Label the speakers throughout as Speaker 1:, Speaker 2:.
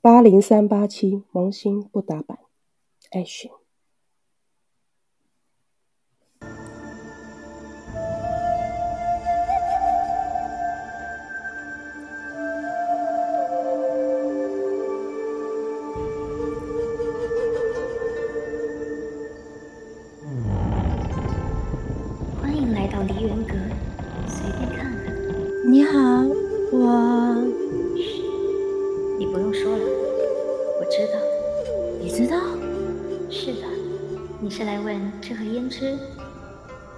Speaker 1: 八零三八七萌新不打版，Action！
Speaker 2: 欢迎来到梨园阁，随便看看。
Speaker 3: 你好，我
Speaker 2: 你不用说了，我知道。
Speaker 3: 你知道？
Speaker 2: 是的，你是来问这盒胭脂？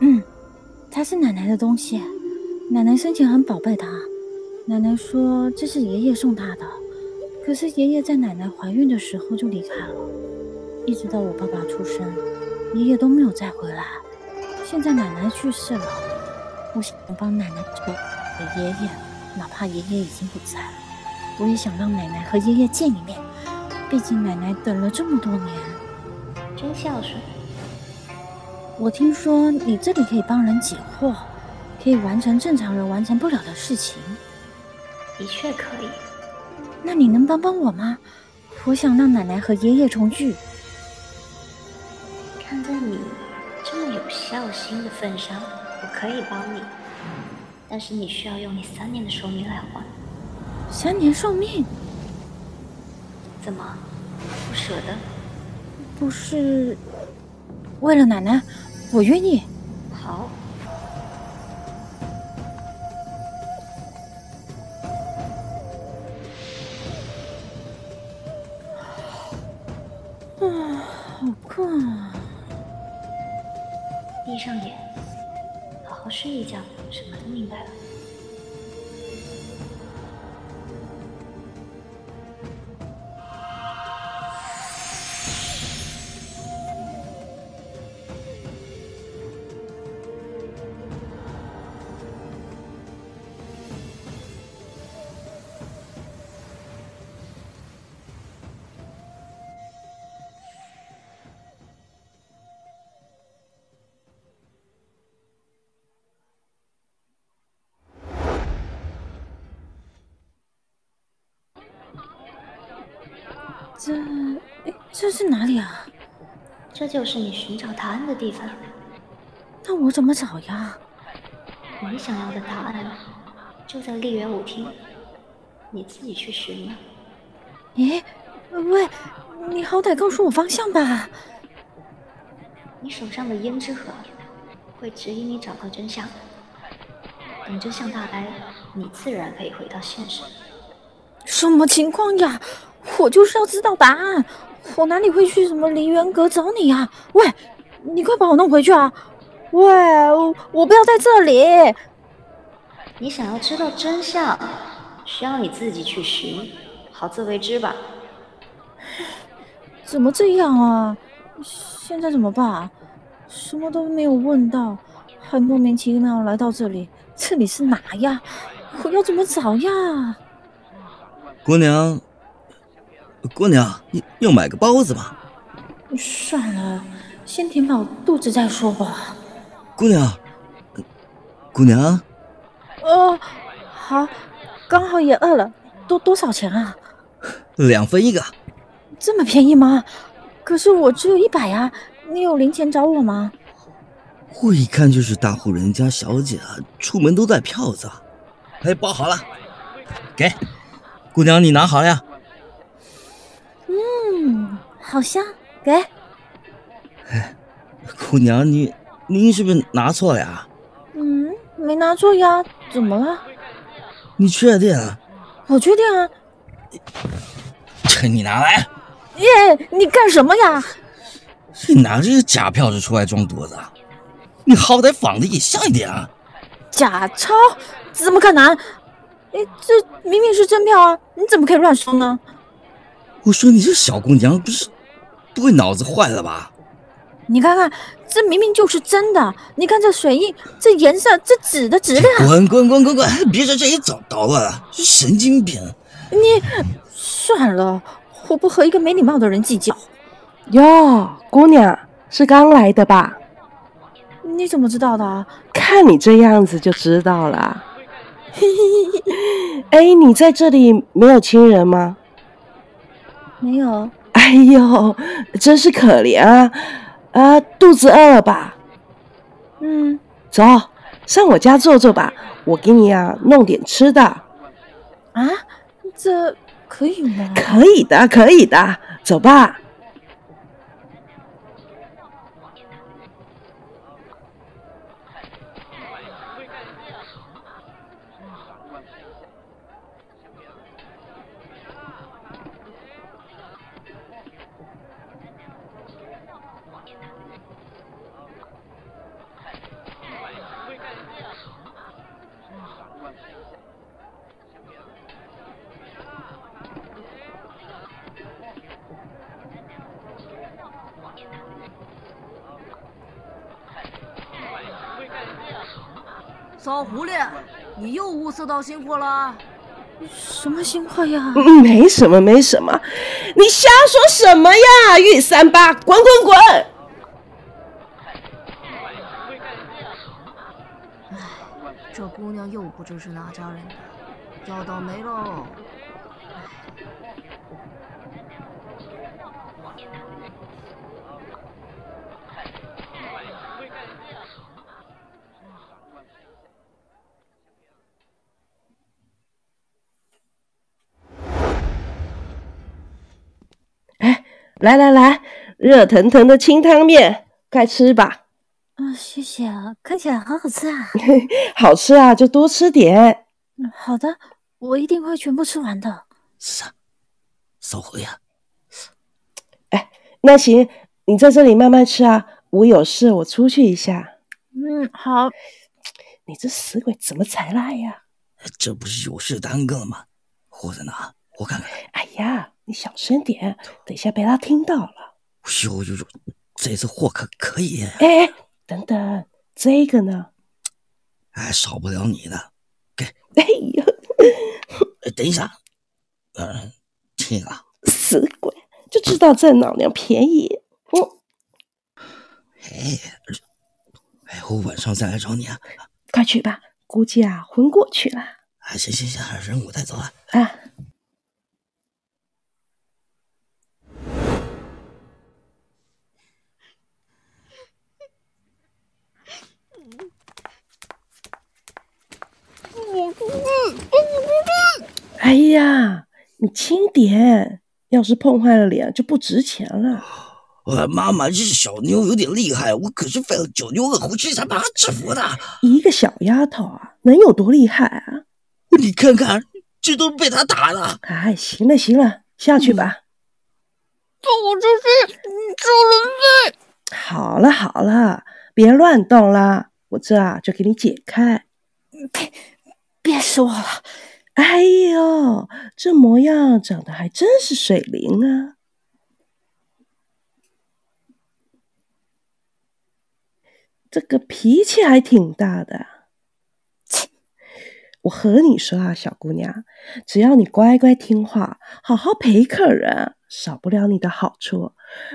Speaker 3: 嗯，它是奶奶的东西，奶奶生前很宝贝它。啊奶奶说这是爷爷送她的，可是爷爷在奶奶怀孕的时候就离开了，一直到我爸爸出生，爷爷都没有再回来。现在奶奶去世了，我想帮奶奶找给爷爷，哪怕爷爷已经不在了，我也想让奶奶和爷爷见一面，毕竟奶奶等了这么多年。
Speaker 2: 真孝顺。
Speaker 3: 我听说你这里可以帮人解惑，可以完成正常人完成不了的事情。
Speaker 2: 的确可以。
Speaker 3: 那你能帮帮我吗？我想让奶奶和爷爷重聚。
Speaker 2: 看在你这么有孝心的份上，我可以帮你，但是你需要用你三年的寿命来换。
Speaker 3: 三年寿命，
Speaker 2: 怎么？不舍得？
Speaker 3: 不是为了奶奶，我愿意。
Speaker 2: 好，
Speaker 3: 好困啊！
Speaker 2: 闭上眼，好好睡一觉，什么都明白了。
Speaker 3: 这，哎，这是哪里啊？
Speaker 2: 这就是你寻找答案的地方。
Speaker 3: 那我怎么找呀？
Speaker 2: 你想要的答案就在丽园舞厅，你自己去寻吧。
Speaker 3: 哎，喂，你好歹告诉我方向吧。
Speaker 2: 你手上的胭脂盒会指引你找到真相的。等真相大白，你自然可以回到现实。
Speaker 3: 什么情况呀？我就是要知道答案，我哪里会去什么梨园阁找你呀、喂，你快把我弄回去啊！喂，我我不要在这里。
Speaker 2: 你想要知道真相，需要你自己去寻，好自为之吧。
Speaker 3: 怎么这样啊？现在怎么办啊？什么都没有问到，还莫名其妙来到这里，这里是哪呀？我要怎么找呀？
Speaker 4: 姑娘，姑娘，你又买个包子吧。
Speaker 3: 算了，先填饱肚子再说吧。
Speaker 4: 姑娘，姑娘，
Speaker 3: 哦，好，刚好也饿了。多多少钱啊？
Speaker 4: 两分一个。
Speaker 3: 这么便宜吗？可是我只有一百啊，你有零钱找我吗？
Speaker 4: 我一看就是大户人家小姐啊，出门都带票子啊。哎，包好了，给，姑娘你拿好了呀。
Speaker 3: 嗯，好香，给。
Speaker 4: 姑娘你您是不是拿错了呀？
Speaker 3: 嗯，没拿错呀，怎么了？
Speaker 4: 你确定？啊？
Speaker 3: 我确定啊。
Speaker 4: 这你拿来，
Speaker 3: 耶，你干什么呀？
Speaker 4: 你拿这个假票子出来装犊子啊？你好歹仿的也像一点啊！
Speaker 3: 假钞？怎么可能？哎，这明明是真票啊，你怎么可以乱说呢？
Speaker 4: 我说你这小姑娘不是不会脑子坏了吧？
Speaker 3: 你看看，这明明就是真的。你看这水印，这颜色，这纸的质量。
Speaker 4: 滚滚滚滚滚！别在这里捣捣乱了，神经病！
Speaker 3: 算了，我不和一个没礼貌的人计较。
Speaker 1: 哟，姑娘是刚来的吧？
Speaker 3: 你怎么知道的啊？
Speaker 1: 看你这样子就知道 啦。哎，你在这里没有亲人吗？
Speaker 3: 没有，
Speaker 5: 哎呦，真是可怜啊！啊，肚子饿了吧？
Speaker 3: 嗯，
Speaker 5: 走，上我家坐坐吧，我给你啊弄点吃的。
Speaker 3: 啊，这可以吗？
Speaker 5: 可以的，可以的，走吧。
Speaker 6: 小狐狸，你又物色到新货了？
Speaker 3: 什么新货呀？
Speaker 5: 嗯，没什么，没什么。你瞎说什么呀？玉三八，滚滚滚！
Speaker 6: 这姑娘又不知是哪家人的，要倒霉喽！
Speaker 5: 来来来，热腾腾的清汤面，快吃吧，
Speaker 3: 啊，谢谢啊，看起来好好吃啊。
Speaker 5: 好吃啊就多吃点。
Speaker 3: 嗯好的，我一定会全部吃完的。
Speaker 4: 是啊，小狐狸啊，
Speaker 5: 那行，你在这里慢慢吃啊，我有事我出去一下。
Speaker 3: 嗯，好，
Speaker 5: 你这死鬼怎么才来呀、
Speaker 4: 这不是有事耽搁了吗？货在哪？我看看。
Speaker 5: 哎呀，你小声点，等一下被他听到了。
Speaker 4: 呦呦呦，这次货可可以，
Speaker 5: 哎哎，等等，这个呢？
Speaker 4: 哎，少不了你的。
Speaker 5: 哎呦，
Speaker 4: 哎，等一下，呃，这个啊，
Speaker 5: 死鬼，就知道占老娘便宜。嗯，
Speaker 4: 哎，哎，我晚上再来找你啊。
Speaker 5: 快去吧，估计啊昏过去了
Speaker 4: 哎，行行行，人我带走了。
Speaker 5: 啊。哎呀，你轻点，要是碰坏了脸就不值钱了。
Speaker 4: 呃，妈妈，这小妞有点厉害，我可是费了九牛二虎之力才把她制服的。
Speaker 5: 一个小丫头啊，能有多厉害啊？
Speaker 4: 你看看，这都是被她打的。
Speaker 5: 哎，行了行了，下去吧。放我出去，救人呗！好了好了，别乱动啦，我这啊就给你解开。
Speaker 3: 憋死我了！
Speaker 5: 哎呦，这模样长得还真是水灵啊！这个脾气还挺大的。我和你说啊，小姑娘，只要你乖乖听话，好好陪客人，少不了你的好处。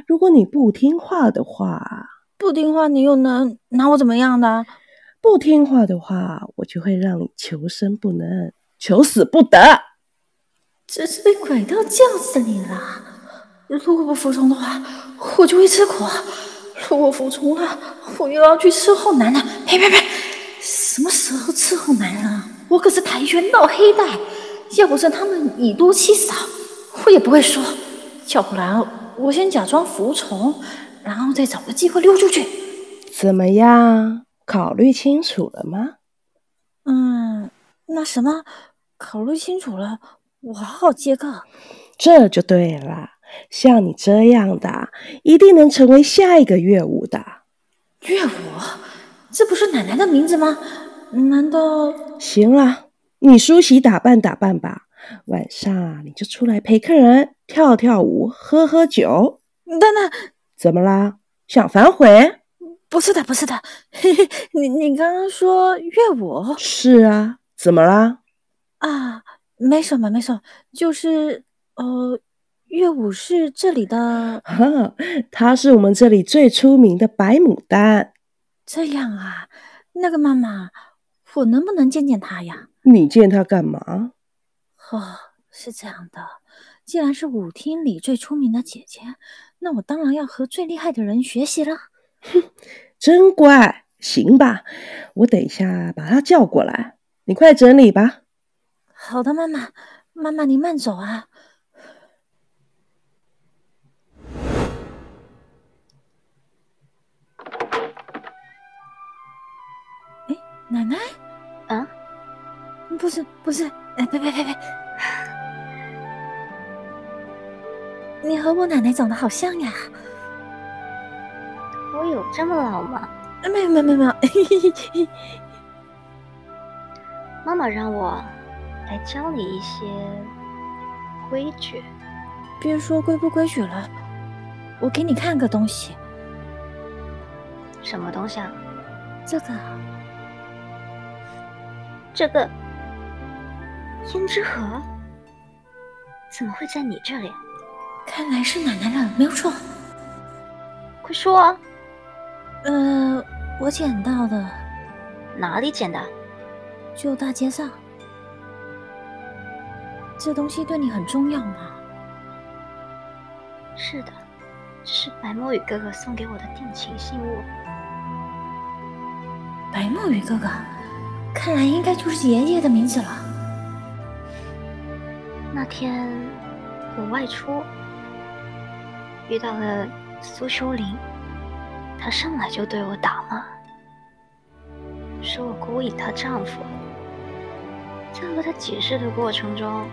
Speaker 5: 如果你不听话的话，
Speaker 3: 不听话你又能拿我怎么样的？
Speaker 5: 不听话的话，我就会让你求生不能，求死不得。
Speaker 3: 这是被鬼道叫死你了！如果不服从的话，我就会吃苦；啊如果服从了，我又要去伺候男了。呸呸呸！什么时候伺候男人啊？我可是跆拳道黑带，要不是他们以多欺少，我也不会说。要不然我先假装服从，然后再找个机会溜出去。
Speaker 5: 怎么样？考虑清楚了吗？
Speaker 3: 嗯，那什么，考虑清楚了，我好好接客。
Speaker 5: 这就对了。像你这样的，一定能成为下一个乐舞的。
Speaker 3: 岳武，这不是奶奶的名字吗？难道
Speaker 5: 行了，你梳洗打扮打扮吧。晚上啊，你就出来陪客人跳跳舞、喝喝酒。
Speaker 3: 等等？
Speaker 5: 怎么啦？想反悔？
Speaker 3: 不是的，不是的， 嘿嘿，你你刚刚说岳武
Speaker 5: 是啊，怎么啦？
Speaker 3: 啊？没什么，没什么，就是呃，岳武是这里的，
Speaker 5: 哈，她是我们这里最出名的白牡丹。
Speaker 3: 这样啊？那个妈妈，我能不能见见他呀？
Speaker 5: 你见她干嘛？
Speaker 3: 哦，是这样的，既然是舞厅里最出名的姐姐，那我当然要和最厉害的人学习啦。
Speaker 5: 真乖，行吧，我等一下把他叫过来，你快整理吧。
Speaker 3: 好的，妈妈，妈妈您慢走啊。哎，奶奶，
Speaker 2: 啊，
Speaker 3: 不是不是，哎，别别别别，你和我奶奶长得好像呀。
Speaker 2: 我有这么老吗？
Speaker 3: 啊没有没有没有没有，
Speaker 2: 妈妈让我来教你一些规矩。
Speaker 3: 别说规不规矩了，我给你看个东西，
Speaker 2: 什么东西啊？
Speaker 3: 这个啊
Speaker 2: 这个胭脂盒怎么会在你这里？啊
Speaker 3: 看来是奶奶的，没有错。
Speaker 2: 快说啊，
Speaker 3: 呃，我捡到的，
Speaker 2: 哪里捡的？
Speaker 3: 就大街上。这东西对你很重要吗？
Speaker 2: 是的，这是白墨雨哥哥送给我的定情信物。
Speaker 3: 白墨鱼哥哥，看来应该就是爷爷的名字了。
Speaker 2: 那天我外出遇到了苏修林，她上来就对我打骂，说我勾引她丈夫。在和她解释的过程中，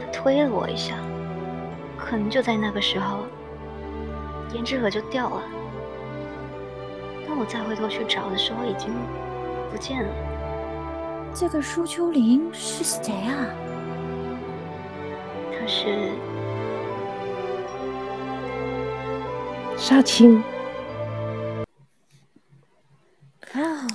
Speaker 2: 她推了我一下，可能就在那个时候，胭脂盒就掉了。当我再回头去找的时候，已经不见了。
Speaker 3: 这个苏秋玲是谁啊？
Speaker 2: 她是
Speaker 5: 杀青，
Speaker 3: 哦，